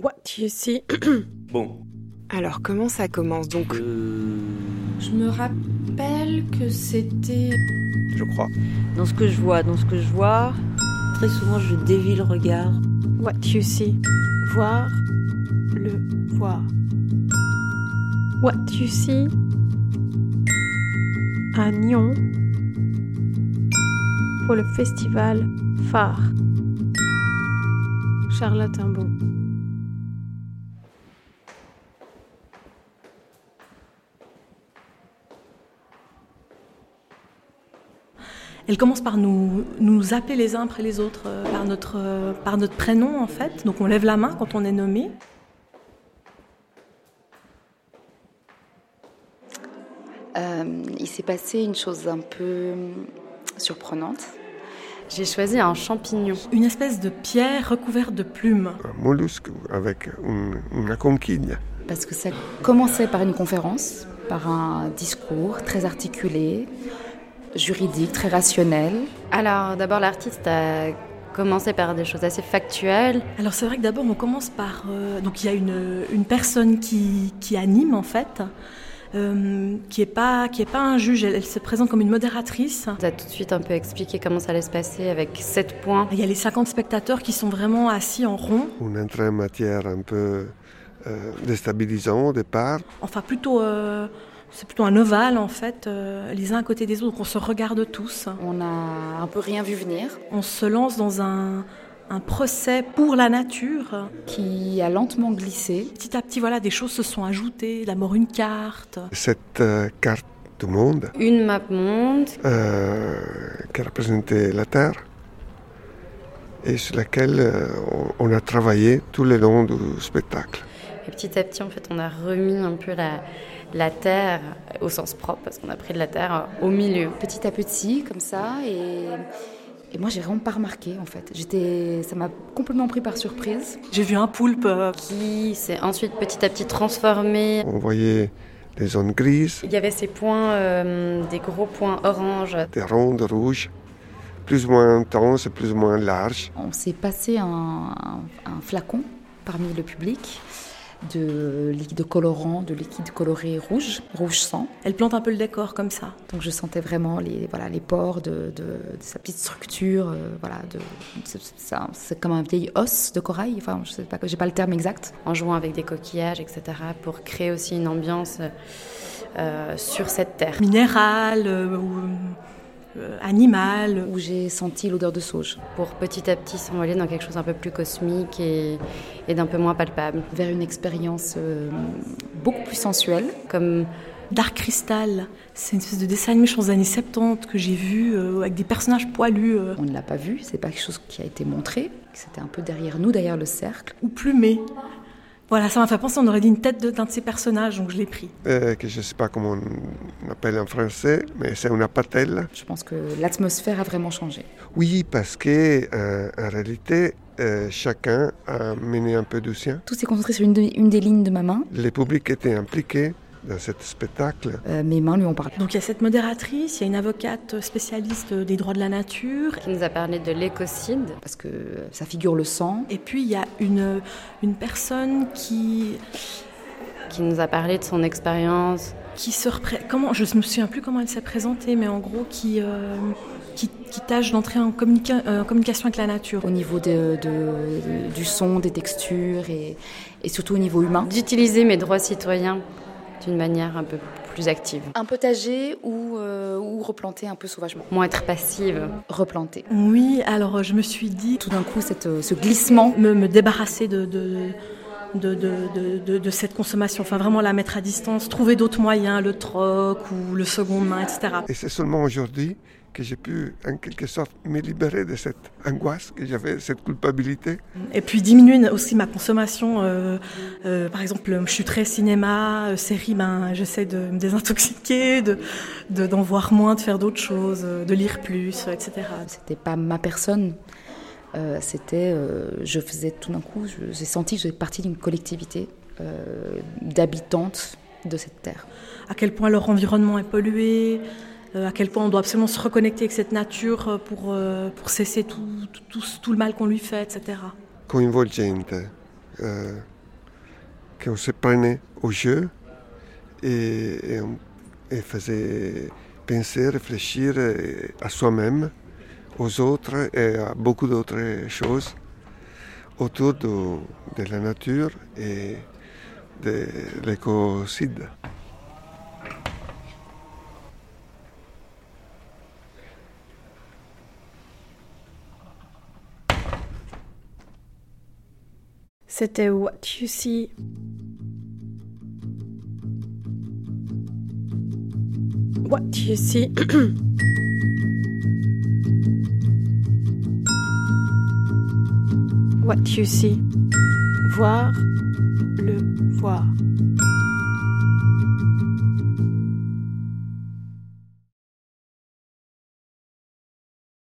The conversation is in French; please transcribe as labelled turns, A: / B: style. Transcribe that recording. A: What you see.
B: Bon.
C: Alors comment ça commence donc
D: Euh,
E: Je me rappelle que c'était.
B: Je crois.
F: Dans ce que je vois, dans ce que je vois, très souvent je dévie le regard.
A: What you see. Voir. Le voir. What you see. À Nyon. Pour le festival phare. Charlotte Imbaud.
G: Elle commence par nous, nous appeler les uns après les autres euh, par notre, euh, par notre prénom en fait. Donc on lève la main quand on est nommé.
H: Euh, il s'est passé une chose un peu hum, surprenante.
E: J'ai choisi un champignon.
G: Une espèce de pierre recouverte de plumes.
D: un mollusque avec un- una conquilla.
H: Parce que ça commençait par une conférence, par un discours très articulé, juridique, très rationnel.
E: Alors, d'abord, l'artiste a commencé par des choses assez factuelles.
G: Alors c'est vrai que d'abord on commence par... euh, donc il y a une, une personne qui, qui anime en fait, euh, qui n'est pas, qui est pas un juge, elle, elle se présente comme une modératrice.
E: On a tout de suite un peu expliqué comment ça allait se passer avec sept points.
G: Il y a les 50 spectateurs qui sont vraiment assis en rond,
D: Une entrée en matière un peu euh, déstabilisante au départ.
G: enfin plutôt... euh, c'est plutôt un ovale en fait, euh, les uns à côté des autres, donc on se regarde tous.
H: On n'a un peu rien vu venir,
G: On se lance dans un, un procès pour la nature.
H: qui a lentement glissé.
G: Petit à petit, voilà, des choses se sont ajoutées, d'abord une carte.
D: Cette euh, carte du monde
E: Une map monde.
D: euh, qui représentait la Terre et sur laquelle euh, on, on a travaillé tout le long du spectacle.
E: Et petit à petit, en fait, on a remis un peu la, la terre au sens propre, parce qu'on a pris de la terre euh, au milieu.
H: Petit à petit, comme ça, et, et moi j'ai vraiment pas remarqué en fait. J'étais, ça m'a complètement pris par surprise.
G: J'ai vu un poulpe. euh,
E: Qui s'est ensuite petit à petit transformé.
D: On voyait des zones grises,
E: Il y avait ces points, euh, des gros points orange.
D: des rondes rouges, plus ou moins intenses, et plus ou moins larges.
H: On s'est passé un, un- un flacon parmi le public de liquide colorant, de liquide coloré rouge, rouge sang.
G: Elle plante un peu le décor comme ça.
H: Donc je sentais vraiment les, voilà, les pores de, de- de sa petite structure, euh, voilà, de- c'est- c'est ça- c'est comme un vieil os de corail, enfin je sais pas, j'ai pas le terme exact.
E: en jouant avec des coquillages, etc., pour créer aussi une ambiance euh, sur cette terre.
G: Minéral euh, ou euh, animal.
H: Où j'ai senti l'odeur de sauge
E: Pour petit à petit s'envoler dans quelque chose un peu plus cosmique et, et d'un peu moins palpable.
H: vers une expérience euh, beaucoup plus sensuelle.
E: Comme
G: Dark Crystal, c'est une espèce de dessin animé je pense, des années 70 que j'ai vu euh, avec des personnages poilus euh,
H: On ne l'a pas vu, c'est pas quelque chose qui a été montré, c'était un peu derrière nous, derrière le cercle.
G: ou plumés. Voilà, ça m'a fait penser, on aurait dit une tête de- d'un de ces personnages, donc je l'ai pris.
D: euh, que je ne sais pas comment on appelle en français, mais c'est une patelle.
H: Je pense que l'atmosphère a vraiment changé.
D: Oui, parce que euh, en réalité, euh, chacun a mené un peu du sien.
H: Tout s'est concentré sur une, de- une des lignes de ma main.
D: Le public était impliqué dans ce spectacle.
H: Euh, mes mains lui ont parlé.
G: Donc il y a cette modératrice, il y a une avocate spécialiste des droits de la nature,
E: qui nous a parlé de l'écocide,
H: Parce que ça figure le sang,
G: Et puis il y a une, une personne qui,
E: qui nous a parlé de son expérience.
G: qui se repré- comment je me souviens plus comment elle s'est présentée, mais en gros qui euh, qui, qui tâche d'entrer en, communica- euh, en communication avec la nature.
H: au niveau de- de- du son, des textures et, et surtout au niveau humain.
E: D'utiliser mes droits citoyens d'une manière un peu plus active.
H: Un potager ou, euh, ou replanter un peu sauvagement.
E: Moins être passive.
H: Replanter.
G: Oui, alors euh, je me suis dit
H: Tout d'un coup, cette, euh, ce glissement.
G: me, me débarrasser de de, de, de- de- de- de cette consommation, enfin vraiment la mettre à distance, trouver d'autres moyens, le troc ou le second main, etc.
D: Et c'est seulement aujourd'hui que j'ai pu, en quelque sorte, me libérer de cette angoisse que j'avais, cette culpabilité.
G: Et puis diminuer aussi ma consommation. euh, euh, par exemple, je suis très cinéma, euh, série, ben, j'essaie de me désintoxiquer, de de- d'en voir moins, de faire d'autres choses, euh, de lire plus, euh, etc.
H: C'était pas ma personne. Euh, C'était. euh, je faisais tout d'un coup, je- j'ai senti que j'étais partie d'une collectivité euh, d'habitantes de cette terre.
G: À quel point leur environnement est pollué, euh, à quel point on doit absolument se reconnecter avec cette nature euh, pour, euh, pour cesser tout, tout, tout, ce- tout le mal qu'on lui fait, etc.
D: Coinvolgente, euh, qu'on se prenait au jeu et, et on et faisait penser, réfléchir à soi-même, aux autres et à e beaucoup d'autres choses autour de, de la nature et de l'écocide.
A: C'était What You See. What You See. What You See. Voir le voir.